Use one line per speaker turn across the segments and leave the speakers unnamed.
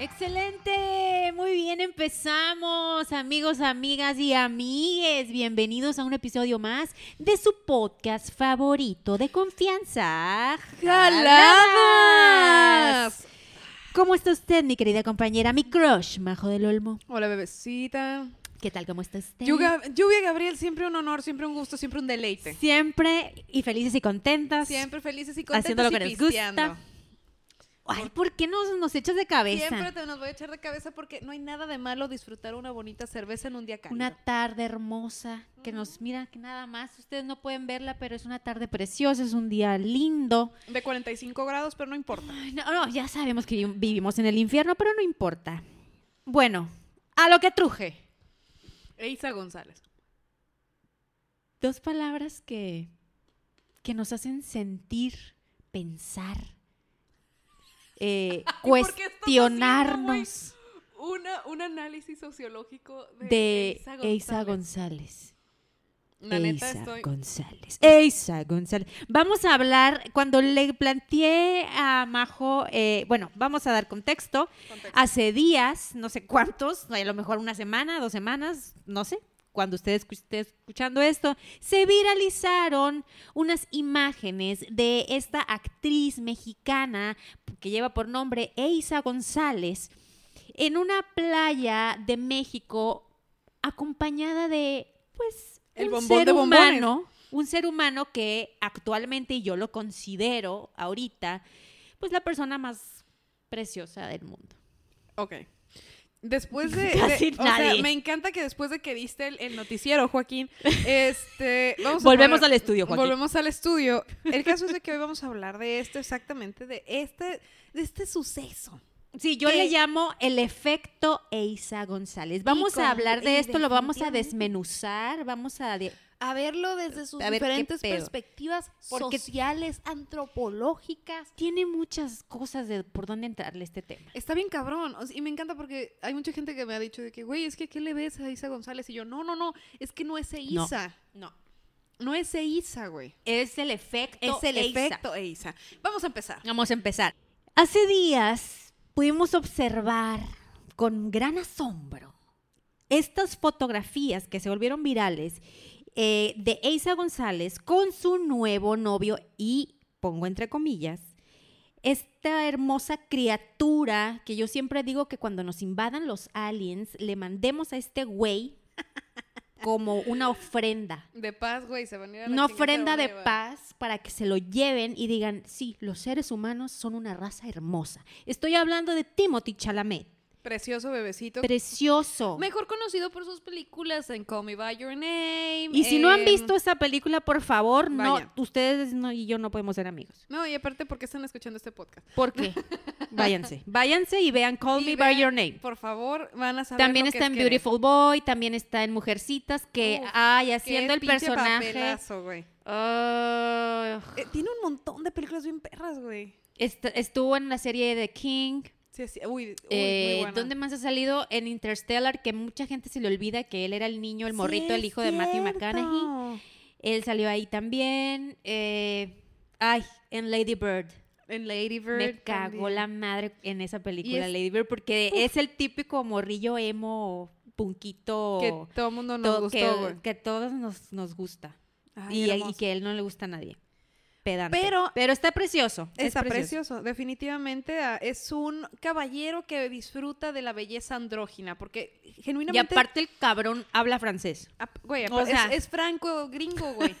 Excelente, muy bien empezamos, amigos, amigas y amigues. Bienvenidos a un episodio más de su podcast favorito de confianza, Jaladas. ¿Cómo está usted, mi querida compañera, mi crush, Majo del Olmo?
Hola, bebecita.
¿Qué tal, cómo está usted?
Lluvia, Lluvia Gabriel, siempre un honor, siempre un gusto, siempre un deleite.
Siempre y felices y contentas.
Siempre felices y contentos
haciendo lo que nos
y
gusta.
pisteando.
Ay, ¿por qué nos, nos echas de cabeza?
Siempre te nos voy a echar de cabeza porque no hay nada de malo disfrutar una bonita cerveza en un día cálido.
Una tarde hermosa que nos mira que nada más ustedes no pueden verla, pero es una tarde preciosa, es un día lindo.
De 45 grados, pero no importa.
Ay, No, no, ya sabemos que vi- vivimos en el infierno, pero no importa. Bueno, a lo que truje.
Eisa González.
Dos palabras que que nos hacen sentir, pensar, eh,
por qué estás haciendo,
cuestionarnos
Una, un análisis sociológico
de Eisa González.
La neta
Eiza
estoy...
González. Eiza González. Vamos a hablar, cuando le planteé a Majo, eh, bueno, vamos a dar contexto.
contexto.
Hace días, no sé cuántos, a lo mejor una semana, dos semanas, no sé, cuando ustedes escu- esté escuchando esto, se viralizaron unas imágenes de esta actriz mexicana que lleva por nombre Eiza González en una playa de México acompañada de, pues,
El
un
bombón
ser
de bombones.
humano, un ser humano que actualmente y yo lo considero ahorita, pues la persona más preciosa del mundo.
Ok. Después de,
Casi
de- o sea,
nadie.
me encanta que después de que diste el, el noticiero, Joaquín, este, vamos a
Volvemos
poner-
al estudio, Joaquín.
Volvemos al estudio. El caso es de que hoy vamos a hablar de esto exactamente, de este, de este suceso.
Sí, yo
que-
le llamo el efecto Eiza González. Vamos
con-
a hablar
y
de esto, lo vamos a
definitivamente.
desmenuzar, vamos a... de-
a verlo desde sus
A ver, ¿qué
diferentes
pedo?
perspectivas
Porque-
sociales, antropológicas.
Tiene muchas cosas de por dónde entrarle este tema.
Está bien cabrón. o sea, y me encanta porque hay mucha gente que me ha dicho de que, güey, es que ¿qué le ves a Isa González? Y yo, no, no, no, es que no es
No.
Isa.
No,
No, es Isa, güey.
es el efecto
Es el
Eiza.
efecto Isa. Vamos a empezar.
Vamos a empezar. Hace días pudimos observar con gran asombro estas fotografías que se volvieron virales eh, de Eiza González con su nuevo novio y, pongo entre comillas, esta hermosa criatura que yo siempre digo que cuando nos invadan los aliens le mandemos a este güey como una ofrenda
De paz, güey, se van a ir a la
una
chingada,
ofrenda
van a
de
llevar.
paz para que se lo lleven y digan, sí, los seres humanos son una raza hermosa. Estoy hablando de Timothy Chalamet,
Precioso bebecito.
precioso.
Mejor conocido por sus películas en Call Me By Your Name. em,
Y si no han
en-
visto esa película, por favor,
vaya.
no, ustedes no, y yo no podemos ser amigos.
No, y aparte, ¿por qué están escuchando este podcast?
¿Por qué? Váyanse, váyanse y vean Call Me
Y vean,
By Your Name.
Por favor, van a saber.
También
lo que
está en
es querer.
Beautiful Boy, también está en Mujercitas, que,
Uf,
ay,
Qué
haciendo el
pinche
personaje.
papelazo, güey.
Ah,
Eh, tiene un montón de películas bien perras, güey.
est- estuvo en la serie de King.
Sí, sí, uy, uy,
Eh,
muy buena.
¿Dónde más ha salido? En Interstellar, que mucha gente se le olvida que él era el niño, el morrito, el hijo de Matthew McConaughey. Él salió ahí también. eh, ay, en Lady Bird.
En Lady Bird.
Me cagó
también.
la madre en esa película,
es-
Lady Bird, porque es el típico morrillo emo, punquito,
Que todo el mundo nos
to- que,
gustó, güey.
que todos nos, nos gusta.
Ay,
Y, y
hermoso.
que él no le gusta a nadie. Pedante.
Pero-
Pero está precioso. es
Está precioso. definitivamente ah, es un caballero que disfruta de la belleza andrógina, porque
Y
genuinamente...
aparte el cabrón habla francés.
ap- güey,
o
apa- es-
sea-
es, franco gringo, güey.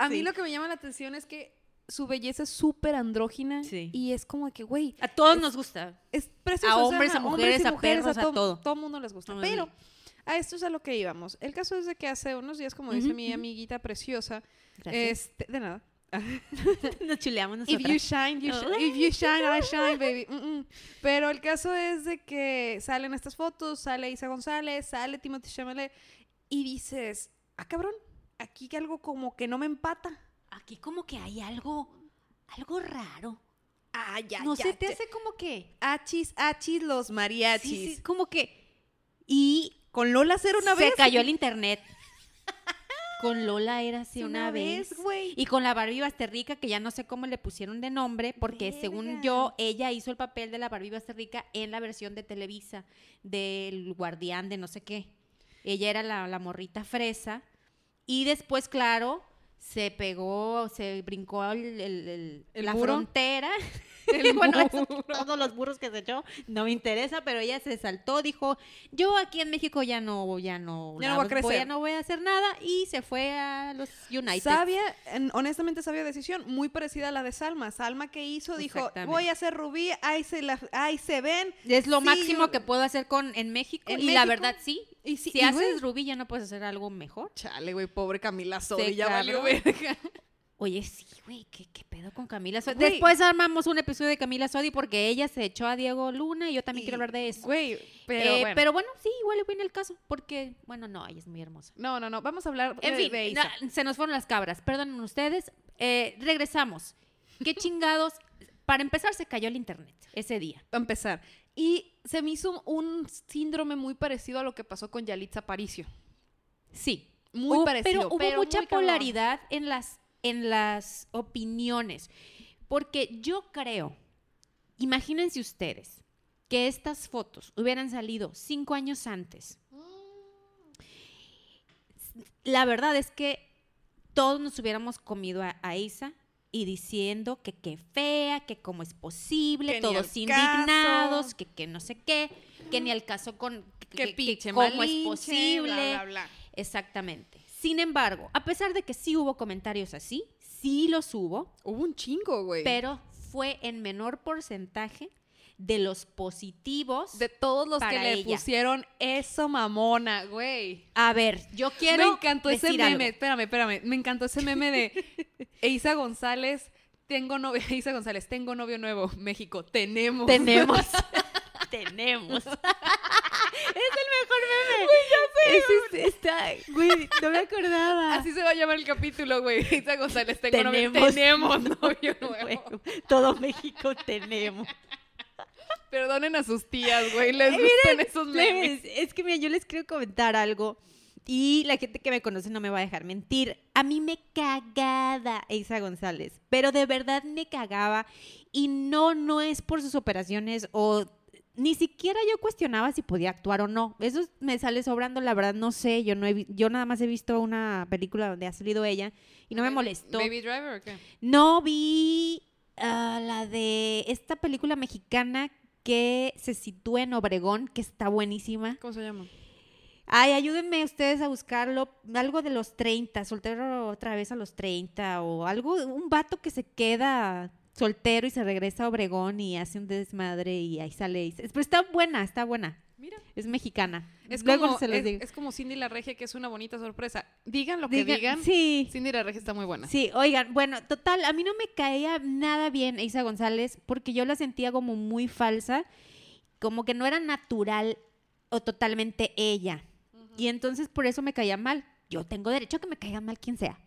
A mí
Sí.
lo que me llama la atención es que su belleza es súper andrógina
Sí.
y es como que, güey,
A todos nos gusta.
es precioso.
A
o sea,
hombres, a mujeres, a perros, a
todo,
todo.
Todo mundo les gusta.
Todo el
Pero
mundo.
a esto es a lo que íbamos. El caso es de que hace unos días, como dice
Ujú,
mi
ujú.
amiguita preciosa,
Gracias.
este, de nada.
nos chuleamos
If you
nosotras.
shine, you shine. If you shine, I shine, baby. Mm, mm. Pero el caso es de que salen estas fotos, sale Isa González, sale Timothy Chalamet y dices, ah, cabrón, aquí que algo como que no me empata.
Aquí como que hay algo, algo raro.
Ah, ya,
no
ya,
sé, te
ya.
hace como que...
Achis, achis, los mariachis.
Sí, sí, como que... Y
Con Lola cero una
se
vez.
cayó el internet. Con Lola era así
Sí,
una, vez.
güey.
Y con la Barbie Basterrica, que ya no sé cómo le pusieron de nombre, porque según
Verga.
yo, ella hizo el papel de la Barbie Basterrica en la versión de Televisa, del guardián de no sé qué. Ella era la, la morrita fresa. Y después, claro, se pegó, se brincó el- el- el-
¿El
la
muro?
frontera.
El
bueno, eso-
muro.
todos los burros que se echó, no me interesa, pero ella se saltó, dijo, yo aquí en México ya no, ya no, la
Ya no voy a crecer.
ya no voy a hacer nada y se fue a los United.
Sabia, en- honestamente sabia decisión, muy parecida a la de Salma. Salma que hizo, dijo,
Exactamente.
voy a hacer Rubí, ahí se, la, ahí se ven.
Es lo
Sí,
máximo
yo-
que puedo hacer con en México
En
y la
México.
verdad sí.
Y sí,
si
y
haces
güey,
Rubí ya no puedes hacer algo mejor.
Chale, güey, pobre Camila Sodi,
Sí,
ya valió
claro.
verga.
Oye, sí, güey, ¿qué, qué pedo con Camila Sodi?
Güey.
Después armamos un episodio de Camila Sodi porque ella se echó a Diego Luna y yo también
Y,
quiero hablar de eso.
Güey, Eh, pero,
pero,
bueno.
pero bueno, sí, igual le viene el caso porque, bueno, no, ella es muy hermosa.
No, no, no, vamos a hablar
En
de,
fin,
de Isa.
na- se nos fueron las cabras. Perdonen ustedes. Eh, regresamos. Qué chingados. Para empezar, se cayó el internet ese día.
Para empezar. Y se me hizo un síndrome muy parecido a lo que pasó con Yalitza Aparicio.
Sí.
Muy
Hubo-
parecido.
Pero hubo
Oh, pero
mucha
muy cabrón.
polaridad en las, en las opiniones. Porque yo creo, imagínense ustedes, que estas fotos hubieran salido cinco años antes. La verdad es que todos nos hubiéramos comido a, a Isa y diciendo que qué fea, que cómo es posible,
Que ni
todos
al
indignados,
caso.
que, que no sé qué, que ni al caso con
Qué
que- que
pinche
cómo
malinche,
es posible.
bla, bla, bla.
Exactamente. Sin embargo, a pesar de que sí hubo comentarios así, sí los hubo,
Hubo un chingo, güey.
pero fue en menor porcentaje de los positivos.
de todos los que
para
le
ella.
pusieron eso mamona, güey.
A ver, yo quiero.
Me encantó ese
decir
meme.
algo.
Espérame, espérame. Me encantó ese meme de Eiza González. Tengo novio, Eiza González, tengo novio nuevo, México, tenemos.
Tenemos. Tenemos. es el mejor meme. está, güey, no me acordaba.
Así se va a llamar el capítulo, güey. Eiza González, tengo novio,
Tenemos.
tenemos novio nuevo.
todo México tenemos.
Perdonen a sus tías, güey, les
Eh,
gustan esos memes.
Plebes, es que mira, yo les quiero comentar algo y la gente que me conoce no me va a dejar mentir. A mí me cagaba Isa González, pero de verdad me cagaba y no, no es por sus operaciones o ni siquiera yo cuestionaba si podía actuar o no. Eso me sale sobrando, la verdad no sé, yo no he vi- yo nada más he visto una película donde ha salido ella y no me molestó.
¿Baby Driver o qué?
No vi ah, la de esta película mexicana que se sitúa en Obregón, que está buenísima.
¿Cómo se llama?
Ay, ayúdenme ustedes a buscarlo. Algo de los 30, soltero otra vez a los 30, o algo, un vato que se queda soltero y se regresa a Obregón y hace un desmadre y ahí sale. y se- Pero está buena, está buena.
Mira.
Es mexicana.
Es
Luego
como,
se los
es,
digo.
es como Cindy la Regia, que es una bonita sorpresa. Digan lo que
Digan-
digan.
Sí.
Cindy la Regia está muy buena.
Sí, oigan, bueno, total, a mí no me caía nada bien Isa González porque yo la sentía como muy falsa, como que no era natural o totalmente ella. Y entonces por eso me caía mal. Yo tengo derecho a que me caiga mal quien sea.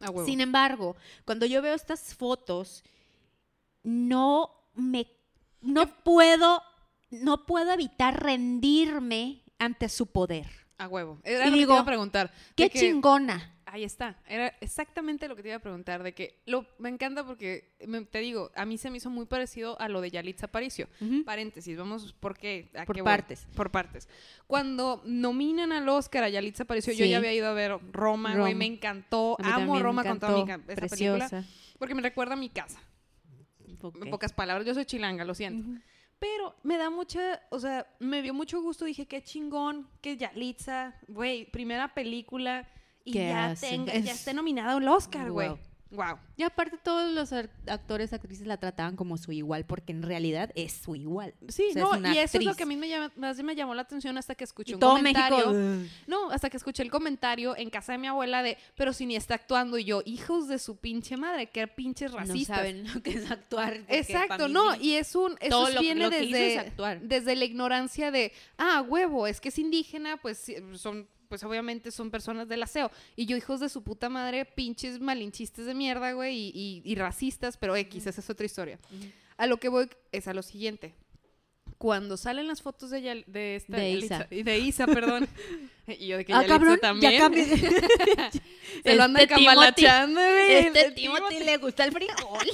A huevo.
Sin embargo, cuando yo veo estas fotos, no me, no puedo, no puedo evitar rendirme ante su poder.
A huevo. Era
Y digo,
lo que te iba a preguntar.
Qué
de que-
chingona.
Ahí está. Era exactamente lo que te iba a preguntar. De que lo, me encanta porque, me- te digo, a mí se me hizo muy parecido a lo de Yalitza Aparicio.
Ujú.
Paréntesis, vamos, ¿por qué? ¿A
Por
qué voy?
partes.
Por partes. Cuando nominan al Oscar a Yalitza Aparicio, yo
Sí.
ya había ido a ver Roma, güey,
Roma.
me encantó.
A mí
Amo
también me
Roma con toda mi ca-
encantó,
esa película.
Preciosa.
Porque me recuerda a mi casa.
Ok.
En pocas palabras, yo soy chilanga, lo siento.
Ujú.
Pero me da mucha, o sea, me dio mucho gusto. Dije, qué chingón, que Yalitza, güey, primera película. Y
¿Qué
ya,
hace?
tenga,
Es-
ya esté nominada al Oscar, güey.
Guau.
Wow.
Y aparte todos los ar- actores, actrices la trataban como su igual, porque en realidad es su igual.
Sí,
O sea,
no,
es una
y eso es lo
actriz.
que a mí me, llama- más me llamó la atención hasta que escuché
Y
un
todo México.
comentario.
"Ugh".
No, hasta que escuché el comentario en casa de mi abuela de, pero si ni está actuando y yo, hijos de su pinche madre, qué pinches racistas.
No saben lo que es actuar. porque pa'
Exacto,
mí
no,
sí.
y es un, eso
todo lo-
viene
lo que hizo
desde,
es actuar.
desde la ignorancia de, ah, huevo, es que es indígena, pues sí, son, pues obviamente son personas del aseo. Y yo, hijos de su puta madre, pinches malinchistas de mierda, güey, y, y- y racistas, pero X, esa es otra historia.
Ujú.
A lo que voy es a lo siguiente. Cuando salen las fotos de, Yal- de esta-
De
Yalitza- de Isa, perdón. y yo de que
Ah,
Yalitza
cabrón,
también.
ya cambié.
Se lo andan
Este Timothy-
camalachando, güey, el
Este
de
Timothy le gusta el frijol.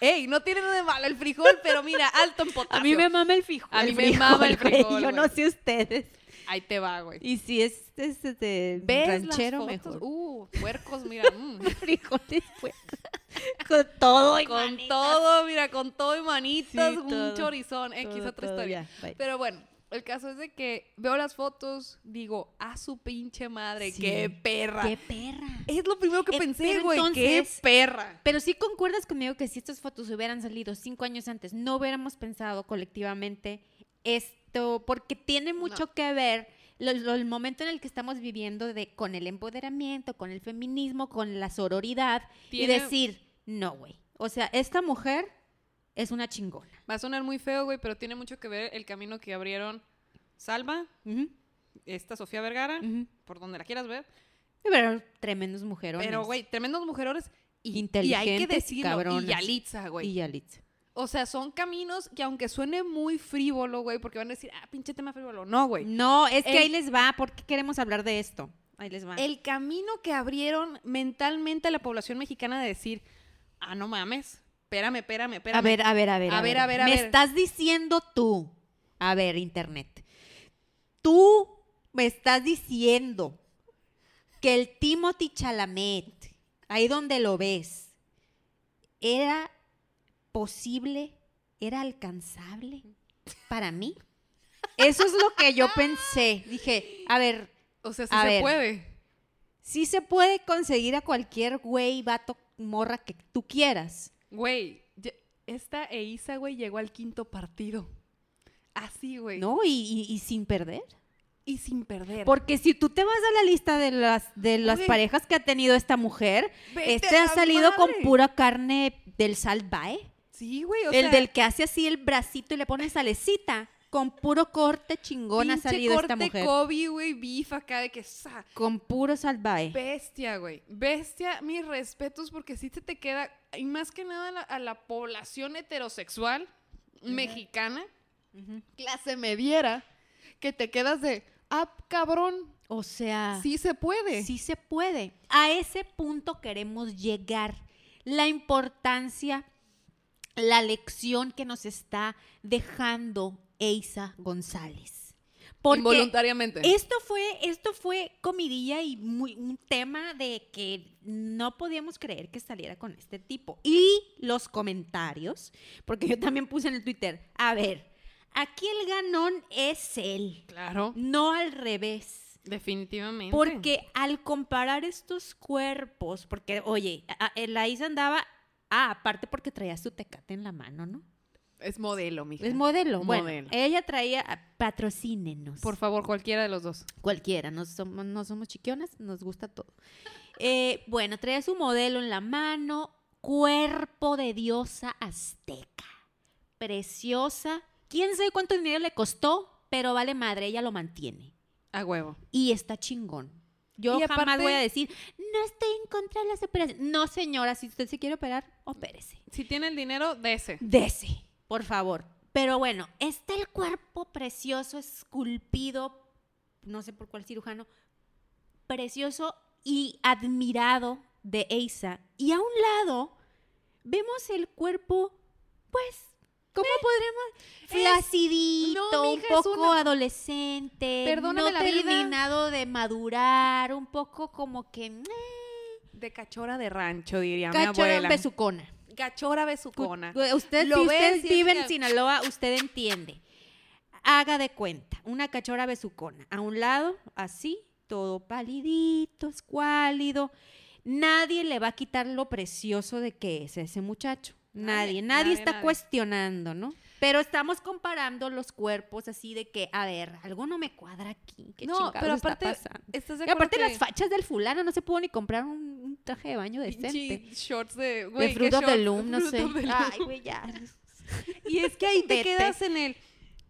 Ey, no tiene nada de malo el frijol, pero mira, alto en potasio.
A mí me mama el frijol.
A mí
el
me mama el
güey,
frijol,
Yo no
güey.
sé ustedes.
Ahí te va, güey.
Y si es este de
¿Ves las
ranchero
fotos?
mejor.
Uh, puercos, mira. mm.
frijoles pues. Con todo y
con
manitas.
todo, mira, con todo y manitas,
Sí,
un
todo,
chorizón, X,
Todo,
otra
todo,
historia.
ya, bye.
Pero bueno, el caso es de que veo las fotos, digo, a su pinche madre,
Sí.
qué perra.
¡Qué perra!
Es lo primero que
Eh,
pensé,
pero
güey, qué
entonces-
perra.
Pero sí concuerdas conmigo que si estas fotos hubieran salido cinco años antes, no hubiéramos pensado colectivamente esto, porque tiene mucho que ver lo- lo- el momento en el que estamos viviendo de, con el empoderamiento, con el feminismo, con la sororidad,
Tiene-
y decir, no, güey. O sea, esta mujer es una chingona.
Va a sonar muy feo, güey, pero tiene mucho que ver el camino que abrieron Salva,
Ujú,
esta Sofía Vergara,
ujú.
por donde la quieras ver.
Pero tremendos mujerones.
Pero, güey, tremendos mujerones. Y, y hay que
Inteligentes,
decirlo,
cabronas.
y Yalitza, güey.
Y Yalitza.
O sea, son caminos que aunque suene muy frívolo, güey, porque van a decir, ah, pinche tema frívolo. No, güey.
No, es que
El-
ahí les va. ¿Por qué queremos hablar de esto? Ahí les va.
El camino que abrieron mentalmente a la población mexicana de decir, ah, no mames, espérame, espérame, espérame.
a ver, a ver, a ver.
A ver, a ver, a
Me
ver.
estás diciendo tú. A ver, internet. Tú me estás diciendo que el Timothy Chalamet, ahí donde lo ves, era posible, era alcanzable para mí. Eso es lo que yo pensé. Dije, a ver,
O sea, sí
a
se
ver.
puede.
Sí se puede conseguir a cualquier güey, vato, morra que tú quieras.
Güey, ye- esta Eiza, güey, llegó al quinto partido. Así, güey.
¿No? Y, y- y sin perder.
Y sin perder.
Porque si tú te vas a la lista de las, de las
Güey.
parejas que ha tenido esta mujer,
Vete
este
a
ha
la
salido con
madre.
pura carne del salvae.
Sí, güey, o
el
sea,
del que hace así el bracito y le pone salecita. Con puro corte chingón ha
pinche
salido esta
corte
mujer.
Kobe, güey, beef acá de que sa,
con puro salvae.
Bestia, güey. Bestia, mis respetos, porque sí se te queda, y más que nada a la, a la población heterosexual mexicana,
Ujú.
clase mediera, que te quedas de, ah, cabrón,
O sea.
sí se puede.
Ah. Sí se puede. A ese punto queremos llegar. La importancia, la lección que nos está dejando Eisa González. Porque
Involuntariamente.
esto fue, esto fue comidilla y muy, un tema de que no podíamos creer que saliera con este tipo. Y los comentarios, porque yo también puse en el Twitter, a ver, aquí el ganón es él,
Claro,
no al revés.
definitivamente.
Porque al comparar estos cuerpos, porque, oye, a- a- la Isa andaba, ah, aparte porque traía su tecate en la mano, ¿no?
es modelo, mija.
Es modelo. Bueno,
Modelo.
ella traía, ah, patrocínenos.
Por favor, cualquiera de los dos.
Cualquiera, no somos, no somos chiquionas, nos gusta todo. Eh, bueno, traía su modelo en la mano, cuerpo de diosa azteca, preciosa. ¿Quién sabe cuánto dinero le costó? Pero vale madre, ella lo mantiene
A huevo.
y está chingón. Yo
Y
jamás
aparte-
voy a decir, no estoy en contra de las operaciones. No, señora, si usted se quiere operar, opérese.
Si tiene el dinero, de ese.
Dese, por favor. Pero bueno, está el cuerpo precioso, esculpido, no sé por cuál cirujano, precioso y admirado de Eisa. Y a un lado vemos el cuerpo, pues, ¿cómo podremos?
Eh, Es-
Flacidito,
no,
un
mija, es
poco
una-
adolescente,
Perdóname
no
la vida.
terminado de madurar, un poco como que... eh,
De cachora de rancho, diría mi
Cachorro
abuela.
besucona.
Cachora besucona.
U- Usted,
Lo
si usted
ves y es
vive en
que-
Sinaloa, usted entiende. Haga de cuenta, una cachora besucona. A un lado, así, todo palidito, escuálido. Nadie le va a quitar lo precioso de que es ese muchacho. Nadie, nadie,
Nadie, nadie,
está
nadie.
cuestionando, ¿no? Pero estamos comparando los cuerpos así de que, a ver, algo no me cuadra aquí. ¿Qué
no, pero
pero
aparte,
está pasando?
¿estás de
Y aparte
acuerdo
las
que
fachas del fulano, no se pudo ni comprar un, un traje de baño
pinche
decente.
shorts de,
De
güey, ¿qué
Fruit of the
shorts?
Loom, no
Fruit
sé.
of the Loom.
Ay, güey, ya.
Y es que ahí te
Vete.
quedas en el.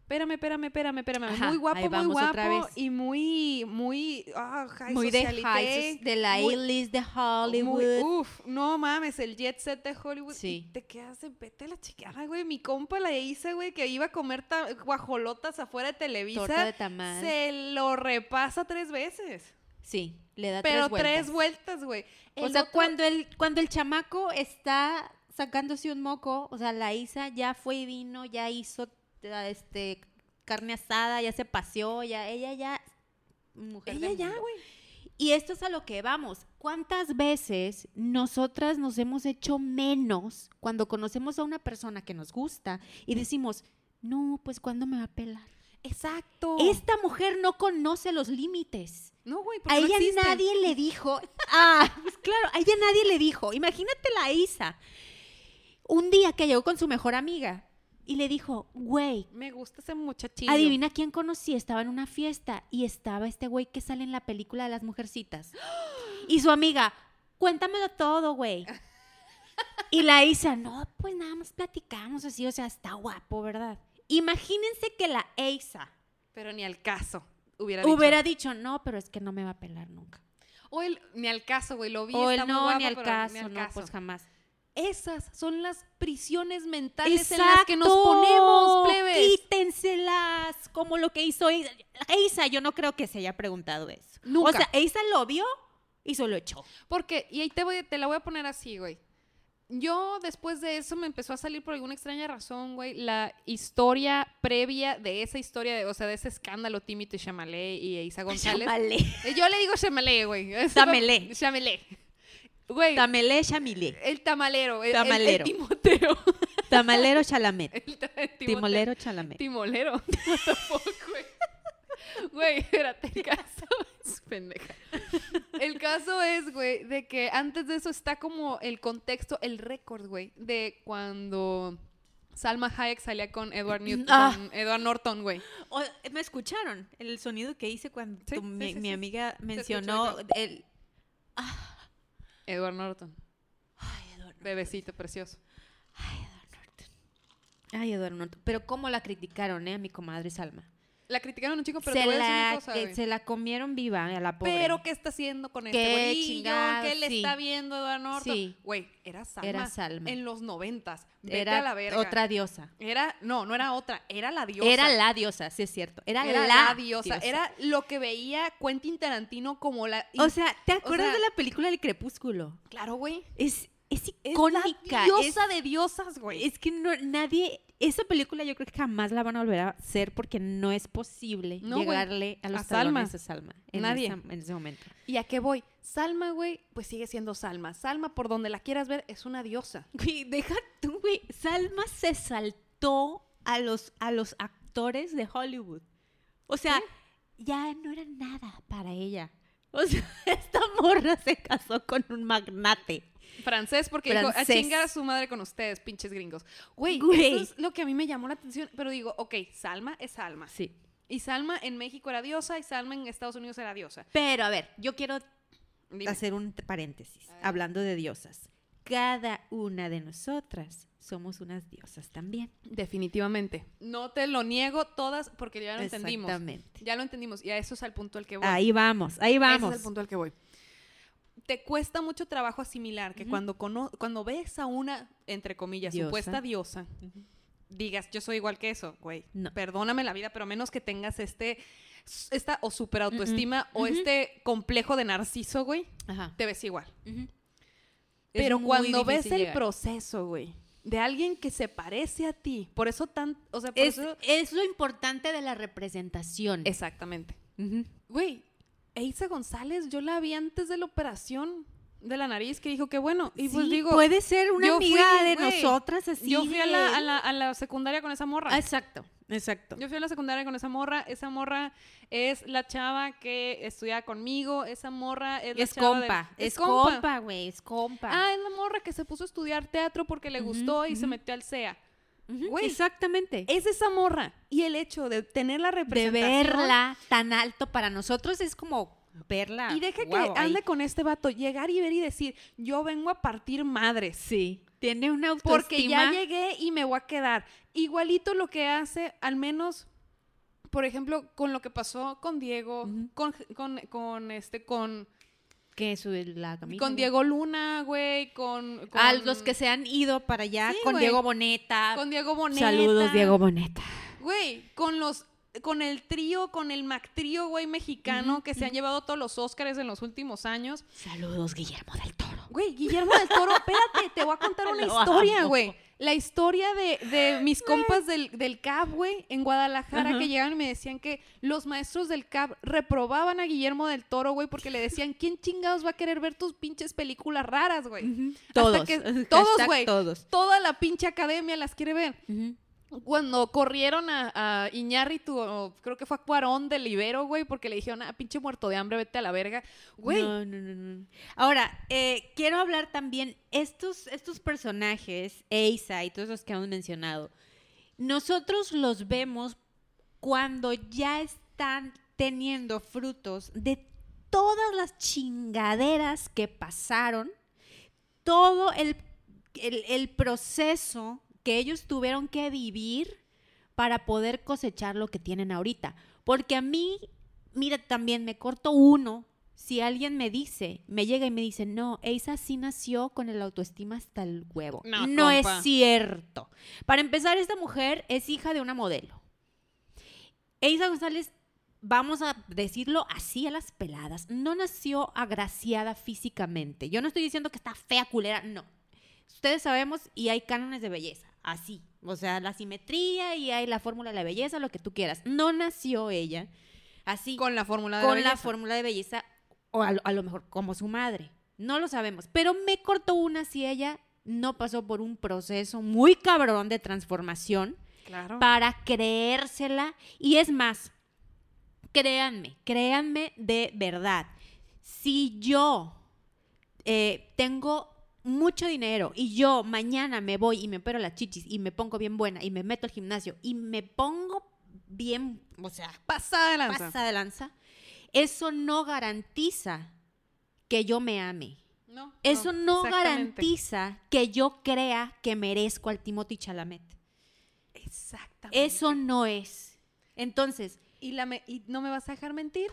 Espérame, espérame, espérame, espérame.
Ajá,
muy guapo,
ahí
muy
vamos
guapo.
otra vez.
Y muy, muy. ah, high
Muy de,
socialite,
high soc- de la
muy-
A-list de
muy-
Hollywood.
uf, no mames, el jet set de Hollywood.
Sí.
Y te quedas de vete a la chingada, güey. Mi compa la hice, güey, que iba a comer ta- guajolotas afuera de Televisa.
torta de tamal.
se lo repasa tres veces.
Sí, le da tres
pero
vueltas.
tres vueltas, güey.
O
El
sea,
otro-
cuando, el, cuando el chamaco está sacándose un moco, o sea, la Isa ya fue y vino, ya hizo ah, este, carne asada, ya se paseó, ya, ella ya... Mujer
Ella
del
ya,
mundo.
güey.
Y esto es a lo que vamos. ¿Cuántas veces nosotras nos hemos hecho menos cuando conocemos a una persona que nos gusta y decimos, no, pues ¿cuándo me va a pelar?
Exacto.
Esta mujer no conoce los límites.
No, güey, porque
A
no
ella
existen.
nadie le dijo. Ah, pues claro, a ella nadie le dijo. Imagínate la Isa. Un día que llegó con su mejor amiga y le dijo, güey,
Me gusta ese muchachito.
adivina quién conocí. Estaba en una fiesta y estaba este güey que sale en la película de las mujercitas. Y su amiga, cuéntamelo todo, güey. Y la Isa, no, pues nada más platicamos así, o sea, está guapo, ¿verdad? Imagínense que la Isa
Pero ni al caso. Hubiera, dicho.
hubiera dicho, no, pero es que no me va a pelar nunca.
O el ni al caso, güey. Lo vi.
O
está
el
muy
no,
guapo,
ni al
pero
caso,
ni al
no,
caso.
pues jamás.
Esas son las prisiones mentales en las que nos ponemos, plebes.
Quítenselas, como lo que hizo Eisa. Eisa, yo no creo que se haya preguntado eso.
Nunca.
O sea, Eisa lo vio y se lo echó.
Porque, y ahí te, voy, te la voy a poner así, güey. Yo después de eso me empezó a salir por alguna extraña razón, güey, la historia previa de esa historia, de, o sea, de ese escándalo Timito y Chamalé y Isa González.
Llámale.
Eh, Yo le digo Chamalé, güey.
Tamalé.
Chamalé. Güey,
Tamele chamilé.
el tamalero, el, el- el
Tamalero.
Timoteo.
Tamalero chalamet.
El ta- el Timoteo.
Timolero chalamet.
Timolero. What the fuck, güey. Güey, espérate, el caso es pendeja. El caso es, güey, de que antes de eso está como el contexto, el récord, güey, de cuando Salma Hayek salía con Edward Newton,
Ah.
con Edward Norton, güey.
O- ¿Me escucharon? El sonido que hice cuando
Sí,
tu-
sí,
mi,
sí,
mi
sí.
amiga
escuchó
mencionó
acá.
el...
Edward Norton,
Ay, Eduardo.
bebecito precioso.
Ay, Eduardo Norton. Ay, Eduardo Norton. Pero cómo la criticaron, ¿eh? A mi comadre Salma.
La criticaron un chico, pero te
se,
voy a decir una
la,
cosa,
que-
güey.
se la comieron viva eh, a la pobre.
Pero ¿qué está haciendo con este
Qué
güerillo? ¿Qué
chingados,
le
sí.
está viendo Edward Norton?
Sí.
Güey, era Salma.
Era Salma.
En los noventas. Vete
era
a la verga.
otra diosa.
Era, no, no era otra, era la diosa.
Era la diosa, sí es cierto. Era,
Era
la,
la diosa. Era lo que veía Quentin Tarantino como la.
O sea, ¿te acuerdas
sea-
de la película El Crepúsculo?
claro, güey.
Es, es
Es
icónica.
la
es-
diosa de diosas, güey.
es que no- nadie. Esa película yo creo que jamás la van a volver a hacer porque no es posible
No, güey.
llegarle a los
A Salma.
talones a Salma. En
Nadie.
esa- en ese momento.
¿Y a qué voy? Salma, güey, pues sigue siendo Salma. Salma, por donde la quieras ver, es una diosa.
Güey, deja tú, güey. Salma se saltó a los, a los actores de Hollywood. O sea, ya no era nada para ella. O sea, esta morra se casó con un magnate.
Francés, porque dijo, a
Francés.
chingar a su madre con ustedes, pinches gringos. Güey,
Güey.
eso es lo que a mí me llamó la atención. Pero digo, ok, Salma es Salma.
Sí.
Y Salma en México era diosa y Salma en Estados Unidos era diosa.
Pero a ver, yo quiero
Dime.
hacer un t- paréntesis,
ver.
hablando de diosas. Cada una de nosotras somos unas diosas también.
Definitivamente. No te lo niego todas porque ya lo entendimos.
Exactamente.
Ya lo entendimos y a eso es al punto al que voy.
Ahí vamos, ahí
Ese
vamos.
es el punto al que voy. Te cuesta mucho trabajo asimilar que
Ujú.
cuando, cono- cuando ves a una, entre comillas,
Diosa.
supuesta diosa, digas, yo soy igual que eso, güey.
No.
Perdóname la vida, pero a menos que tengas este, esta o super autoestima o
Ujú.
este complejo de narciso, güey,
Ajá.
te ves igual.
Ujú. Es
Pero
muy
cuando ves
difícil
el
llegar.
proceso, güey, de alguien que se parece a ti, por eso tan, o sea, por
es,
eso...
es lo importante de la representación.
Exactamente.
Ujú.
Güey, Eiza González, yo la vi antes de la operación de la nariz, que dijo que bueno. Y pues
Sí,
digo,
puede ser una
yo
amiga
fui,
de
güey,
nosotras así.
yo fui a
de-
la, a la- a la secundaria con esa morra.
Ah, Exacto, exacto.
Yo fui a la secundaria con esa morra. Esa morra es la chava que estudiaba conmigo. Esa morra es la
es,
chava del-
compa, es compa, güey, es compa.
Ah, es la morra que se puso a estudiar teatro porque le
Ujú,
gustó y se
ujú.
metió al CEA.
Ujú,
güey.
Exactamente.
Es esa morra. Y el hecho de tener la
de
representación.
verla tan alto para nosotros es como verla.
Y deja
guau,
que
ahí.
ande con este vato. Llegar y ver y decir, yo vengo a partir madres.
Sí, tiene una autoestima.
porque ya llegué y me voy a quedar. Igualito lo que hace, al menos por ejemplo, con lo que pasó con Diego,
Ujú.
con, con, con este, con,
Que su, la camisa.
con
güey.
Diego Luna, güey, con, con...
A los que se han ido para allá,
Sí,
con
güey.
Diego Boneta.
Con Diego Boneta.
Saludos, Diego Boneta.
Güey, con los... Con el trío, con el Mac trío, güey, mexicano, que se han llevado todos los Óscares en los últimos años.
Saludos, Guillermo del Toro.
Güey, Guillermo del Toro, espérate, te voy a contar una
Lo
historia,
amo.
güey. La historia de, de mis compas del, del CAP, güey, en Guadalajara,
Ajá.
que llegaban y me decían que los maestros del CAP reprobaban a Guillermo del Toro, güey, porque le decían, ¿quién chingados va a querer ver tus pinches películas raras, güey?
Todos.
que-
Hashtag
todos, güey.
Todos.
Toda la pinche academia las quiere ver.
Ujú.
Cuando corrieron a, a Iñárritu, o creo que fue a Cuarón del Ibero, güey, porque le dijeron, ah, pinche muerto de hambre, vete a la verga. Güey,
No, no, no, no. Ahora, eh, quiero hablar también, estos, estos personajes, Eisa y todos los que hemos mencionado, nosotros los vemos cuando ya están teniendo frutos de todas las chingaderas que pasaron, todo el, el- el proceso que ellos tuvieron que vivir para poder cosechar lo que tienen ahorita. Porque a mí, mira, también me corto uno. Si alguien me dice, me llega y me dice, no, Eisa sí nació con el autoestima hasta el huevo.
No,
No,
compa.
es cierto. Para empezar, esta mujer es hija de una modelo. Eisa González, vamos a decirlo así a las peladas, no nació agraciada físicamente. Yo no estoy diciendo que está fea, culera, no. Ustedes sabemos y hay cánones de belleza, así. O sea, la simetría y hay la fórmula de la belleza, lo que tú quieras. No nació ella así
con la fórmula de
con la
belleza.
fórmula de belleza o a, lo- a lo mejor como su madre. No lo sabemos, pero me cortó una si ella no pasó por un proceso muy cabrón de transformación
Claro.
para creérsela. Y es más, créanme, créanme de verdad, si yo eh, tengo mucho dinero y yo mañana me voy y me opero las chichis y me pongo bien buena y me meto al gimnasio y me pongo bien, o sea,
Pasada de lanza.
pasa de lanza, eso no garantiza que yo me ame.
No,
Eso no,
exactamente.
garantiza que yo crea que merezco al Timothy Chalamet.
Exactamente.
Eso no es. Entonces,
Y, la me- y no me vas a dejar mentir.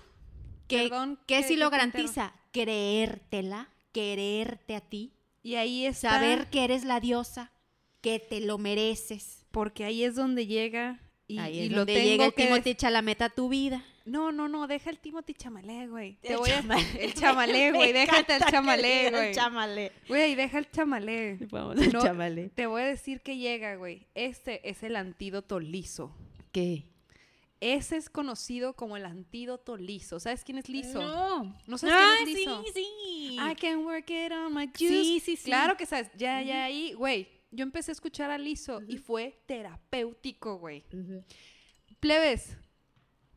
¿qué,
Perdón
qué
que-
si lo
que te interrumpa.
garantiza? Creértela, quererte a ti,
Y ahí está.
saber que eres la diosa, que te lo mereces.
Porque ahí es donde llega. Y,
Ahí
y
es
lo
donde
tengo
llega el
que
Timothy Chalamet a tu vida.
def- No, no, no. Deja el Timothy chamalé, güey. Te
El
voy a-
chamalé.
El chamalé,
Me
güey. Déjate el
encanta que
chamalé,
digas
güey.
chamalé.
Güey, deja el chamalé.
Vamos al
No,
chamalé.
Te voy a decir que llega, güey. Este es el antídoto liso.
¿Qué?
Ese es conocido como el antídoto liso. ¿Sabes quién es liso?
No.
¿No sabes
Ah,
quién es liso? Ah,
Sí, sí.
I can work it on my juice.
sí, sí, sí.
Claro que sabes, ya, ya ahí, güey. Yo empecé a escuchar a Lizo y fue terapéutico, güey. Plebes,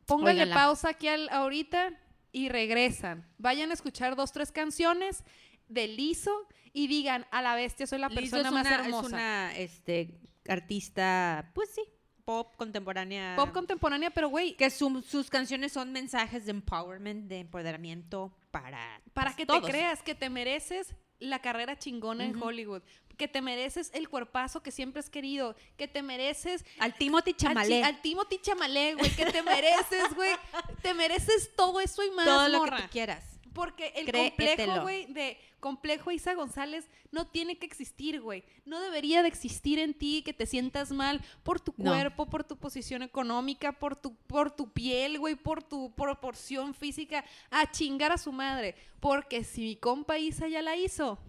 pónganle
Óigala.
pausa aquí al, ahorita y regresan. Vayan a escuchar dos, tres canciones de Lizo y digan, a la bestia, soy la
Lizzo
persona
es
más
una,
hermosa.
Es una este, artista, pues sí, pop contemporánea.
Pop contemporánea, pero güey,
que su- sus canciones son mensajes de empowerment, de empoderamiento para
para
pues,
que
todos.
te creas que te mereces la carrera chingona en
Ujú.
Hollywood, que te mereces el cuerpazo que siempre has querido, que te mereces
Al Timothy
Al chi-
Chamalé.
Al, Timothy Chamalé, güey, que te mereces, güey. Te mereces todo eso y más,
todo lo
morra.
que tú quieras.
Porque el complejo,
Créetelo.
güey, de complejo Isa González no tiene que existir, güey. No debería de existir en ti que te sientas mal por tu
No.
cuerpo, por tu posición económica, por tu, por tu piel, güey, por tu proporción física. A chingar a su madre. Porque si mi compa Isa ya la hizo,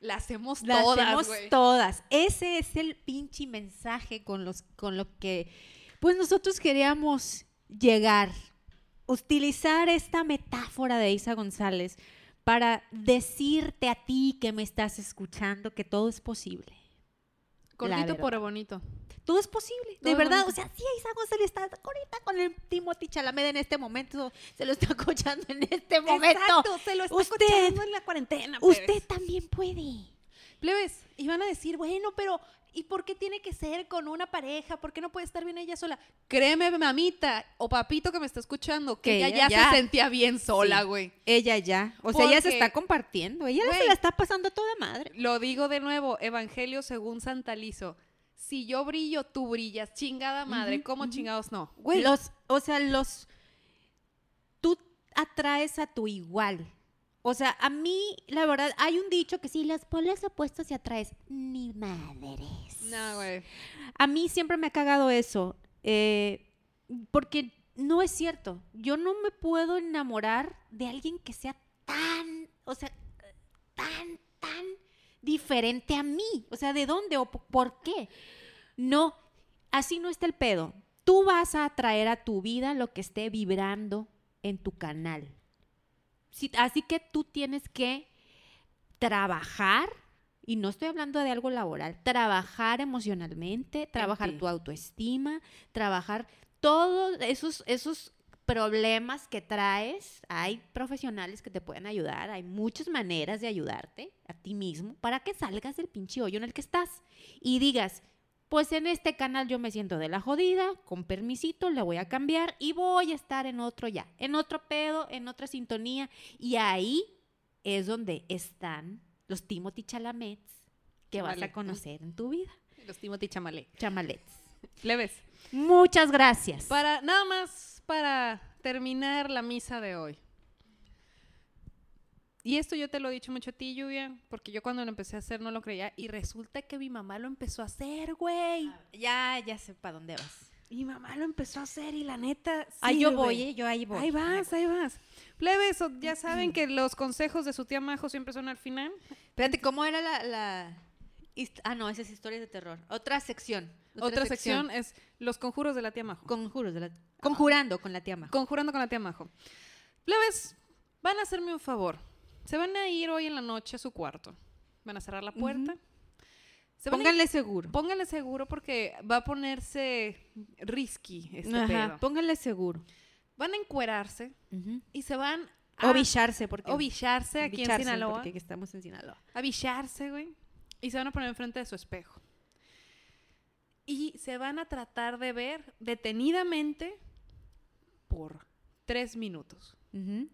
la hacemos
Las
todas,
hacemos
güey.
todas. Ese es el pinche mensaje con, los, con lo que pues nosotros queríamos llegar. Utilizar esta metáfora de Isa González para decirte a ti que me estás escuchando que todo es posible.
Cortito
verdad.
por bonito.
Todo es posible,
Todo
de
es
verdad.
bonito.
O sea, sí, Isa González está ahorita con el Timothy Chalamet en este momento. Se lo está cochando en este momento.
Exacto, se lo está
Usted-
escuchando en la cuarentena. plebes.
Usted también puede.
Plebes, y van a decir, bueno, pero ¿y por qué tiene que ser con una pareja? ¿Por qué no puede estar bien ella sola? Créeme, mamita o papito que me está escuchando, que,
Que
ella ya,
ella ya.
se sentía bien sola,
Sí.
güey.
Ella ya. O
sea, ella se está
compartiendo. Ella
se la
está pasando toda madre.
Lo digo de nuevo, Evangelio según Santa Lizo. si yo brillo, tú brillas. Chingada madre,
Ujú,
¿cómo
ujú.
chingados no?
Güey, los, o sea, los, tú atraes a tu igual. O sea, a mí, la verdad, hay un dicho que si las polas opuestas se atraes, ni madres.
No, güey.
A mí siempre me ha cagado eso, eh, porque no es cierto. Yo no me puedo enamorar de alguien que sea tan, o sea, tan, tan diferente a mí. O sea, ¿de dónde o po- por qué? No, así no está el pedo. Tú vas a atraer a tu vida lo que esté vibrando en tu canal. Si- así que tú tienes que trabajar, y no estoy hablando de algo laboral, trabajar emocionalmente, trabajar
ti.
tu autoestima, trabajar todos esos, esos problemas que traes. Hay profesionales que te pueden ayudar, hay muchas maneras de ayudarte a ti mismo para que salgas del pinche hoyo en el que estás y digas, pues en este canal yo me siento de la jodida, con permisito le voy a cambiar y voy a estar en otro ya, en otro pedo, en otra sintonía. Y ahí es donde están los Timothy Chalamets que vas
Chamale.
a conocer en tu vida.
Los Timothy Chamalé.
Chamalets.
Leves.
Muchas gracias.
Para, nada más para terminar la misa de hoy. Y esto yo te lo he dicho mucho a ti, Lluvia, porque yo cuando lo empecé a hacer no lo creía. Y resulta que mi mamá lo empezó a hacer, güey.
ya, ya sé para dónde vas.
Mi mamá lo empezó a hacer y la neta.
ahí yo
sirve.
voy, eh, yo ahí voy.
Ahí vas,
voy.
ahí vas. Plebes, o- ya saben que los consejos de su tía Majo siempre son al final.
Espérate, ¿cómo era la... la hist- Ah, no, esas historias de terror. Otra sección.
Otra, sección es los conjuros de la tía Majo.
Conjuros de la- Conjurando con la tía Majo.
Conjurando con la tía Majo. Plebes, van a hacerme un favor. Se van a ir hoy en la noche a su cuarto. Van a cerrar la puerta. Se van a ir-
Pónganle seguro.
pónganle seguro porque va a ponerse risky este
Ajá,
pedo.
pónganle seguro.
Van a encuerarse y se van a
O bicharse, porque...
o bicharse aquí
bicharse,
en Sinaloa.
Porque aquí estamos en Sinaloa.
A bicharse, güey. Y se van a poner enfrente de su espejo. Y se van a tratar de ver detenidamente por tres minutos.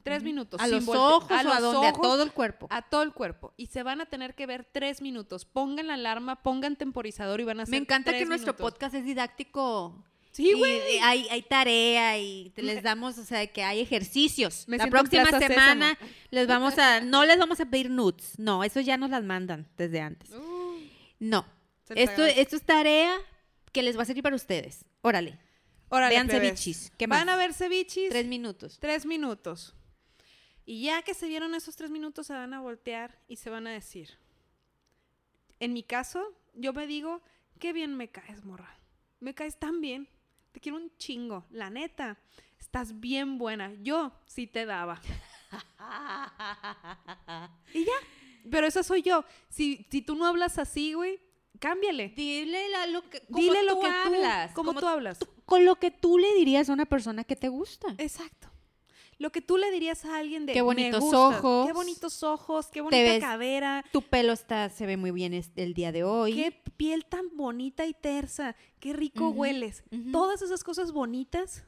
Tres minutos,
A
sin
los
volte-
ojos
a
o a
los
dónde, a
ojos,
todo el cuerpo.
A todo el cuerpo. Y se van a tener que ver tres minutos. Pongan la alarma, pongan temporizador y van a hacer
Me encanta que
tres
nuestro
minutos.
podcast es didáctico.
Sí,
y
güey.
de- hay, hay tarea y te-
Me-
les damos, o sea, que hay ejercicios.
Me
La
siento en
próxima
Plaza
semana les vamos a, no les vamos a pedir nudes, no, eso ya nos las mandan desde antes.
Uh,
No,
se les
esto,
agradece.
esto es tarea que les va a servir para ustedes. Órale,
Órale,
vean
plebes.
cevichis. ¿Qué más?
Van a ver cevichis.
Tres minutos.
Tres minutos. Y ya que se dieron esos tres minutos, se van a voltear y se van a decir. En mi caso, yo me digo, qué bien me caes, morra. Me caes tan bien. Te quiero un chingo. La neta, estás bien buena. Yo sí te daba. Y ya. Pero eso soy yo. Si, si tú no hablas así, güey, cámbiale.
Dile la- lo que, como
Dile lo
tú
que
hablas,
tú, como,
como
tú hablas.
con lo que tú le dirías a una persona que te gusta.
Exacto. Lo que tú le dirías a alguien de
Qué
"Me
bonitos
gustas",
ojos.
qué bonitos ojos, qué bonita
ves-
cadera,
Tu pelo está, se ve muy bien es- el día de hoy.
qué piel tan bonita y tersa, qué rico
Ujú,
hueles.
ujú.
Todas esas cosas bonitas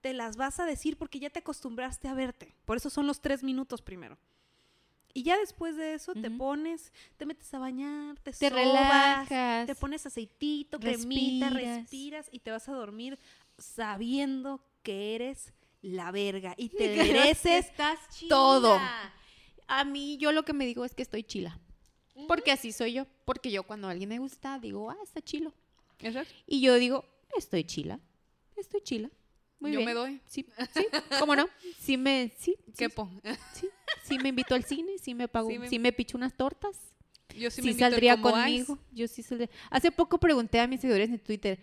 te las vas a decir porque ya te acostumbraste a verte. Por eso son los tres minutos primero. Y ya después de eso te
Ujú.
pones, te metes a bañar, te,
Te
sobas,
relajas.
te pones aceitito, cremita,
Respiras.
respiras y te vas a dormir sabiendo que eres la verga y te
Pero es que
mereces
estás
todo.
chila. A mí, yo lo que me digo es que estoy chila. Porque así soy yo. Porque yo cuando a alguien me gusta, digo, ah, está chilo. Y yo digo, estoy chila. Estoy chila. Muy
Yo
bien.
me doy.
Sí, sí, cómo no. Sí me, sí, sí,
Quepo.
sí, sí me invito al cine, sí me pago,
Sí
sí
me-
me, picho unas tortas.
Yo
Sí,
sí, me invito el
saldría
combo ice.
conmigo. Yo sí saldría. Hace poco pregunté a mis seguidores en Twitter,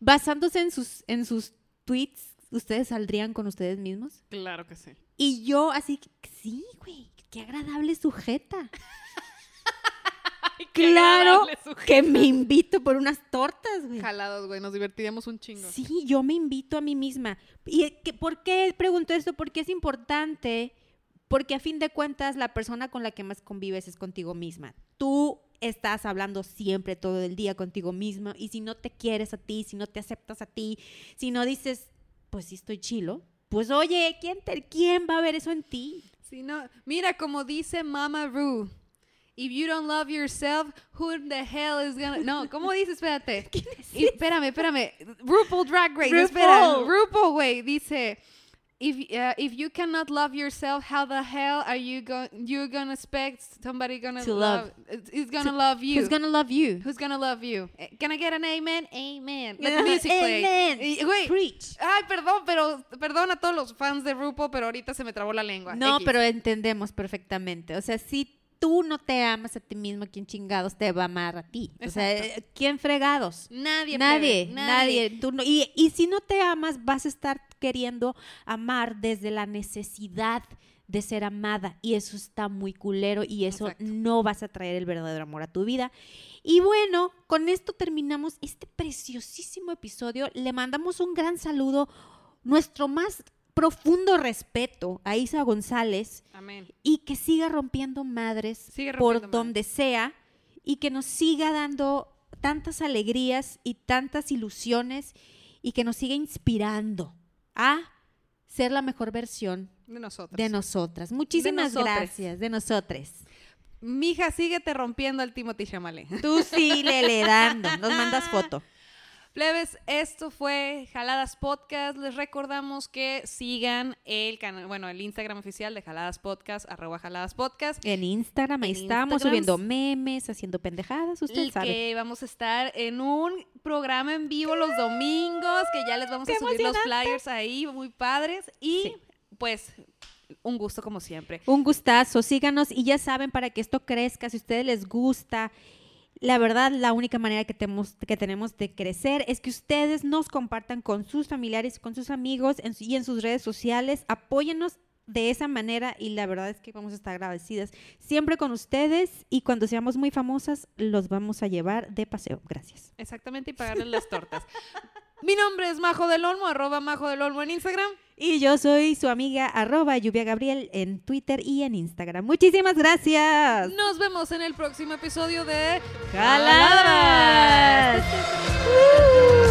basándose en sus, en sus tweets, ¿ustedes saldrían con ustedes mismos?
Claro que sí.
Y yo así, sí, güey, qué agradable sujeta. claro que me invito por unas tortas, güey.
Jalados, güey. Nos divertiríamos un chingo.
Sí, yo me invito a mí misma. ¿Y eh, que- por qué pregunto esto? Porque es importante, porque a fin de cuentas la persona con la que más convives es contigo misma. Tú estás hablando siempre todo el día contigo misma y si no te quieres a ti, si no te aceptas a ti, si no dices, pues sí estoy chilo, pues oye, ¿quién, te, ¿quién va a ver eso en ti?
Sí, no. Mira, como dice Mama Ru, If you don't love yourself, who in the hell is gonna... No, ¿cómo dice? Espérate. Y- espérame, espérame. RuPaul Drag Race, espera.
RuPaul.
RuPaul, güey, dice... If, uh, if you cannot love yourself, how the hell are you going? You're gonna expect somebody gonna
To
love.
love.
It's, it's gonna love you.
Who's gonna love you?
Who's gonna love you? Eh, Can I get an amen? Amen. Let the music play.
Amen.
Y- güey,
Preach.
Ay, perdón, pero perdón a todos los fans de RuPaul, pero ahorita se me trabó la lengua.
No,
X.
pero entendemos perfectamente. O sea, si tú no te amas a ti mismo, ¿quién chingados te va a amar a ti? O sea, eh, ¿quién fregados?
nadie,
Nadie,
plebe,
nadie. Tú no- y, y si no te amas, vas a estar queriendo amar desde la necesidad de ser amada. Y eso está muy culero y eso
Exacto.
no vas a traer el verdadero amor a tu vida. Y bueno, con esto terminamos este preciosísimo episodio. Le mandamos un gran saludo, nuestro más profundo respeto a Isa González
Amén.
y que siga rompiendo madres
Sigue
por
rompiendo
donde sea y que nos siga dando tantas alegrías y tantas ilusiones y que nos siga inspirando a ser la mejor versión
De nosotros.
de nosotras. Muchísimas
nosotres.
gracias, de nosotres.
Mija, síguete rompiendo al Timothy Chamale.
Tú sí le le dando, nos mandas foto.
Plebes, esto fue Jaladas Podcast. Les recordamos que sigan el canal, bueno, el Instagram oficial de Jaladas Podcast, arroba Jaladas Podcast.
En Instagram ahí
En
estamos
Instagram.
subiendo memes, haciendo pendejadas, usted
y
sabe.
que vamos a estar en un programa en vivo los domingos, que ya les vamos a
¡Qué
subir los flyers ahí, muy padres. Y pues, un gusto como siempre.
Un gustazo, síganos y ya saben para que esto crezca, si a ustedes les gusta. La verdad, la única manera que tenemos, que tenemos de crecer es que ustedes nos compartan con sus familiares, con sus amigos en su- y en sus redes sociales. Apóyennos de esa manera y la verdad es que vamos a estar agradecidas siempre con ustedes y cuando seamos muy famosas los vamos a llevar de paseo. Gracias.
Exactamente, y pagarles las tortas. Mi nombre es Majo del Olmo, arroba Majo del Olmo en Instagram.
Y yo soy su amiga arroba lluvia Gabriel en Twitter y en Instagram. Muchísimas gracias.
Nos vemos en el próximo episodio de
¡Jaladas! ¡Uh!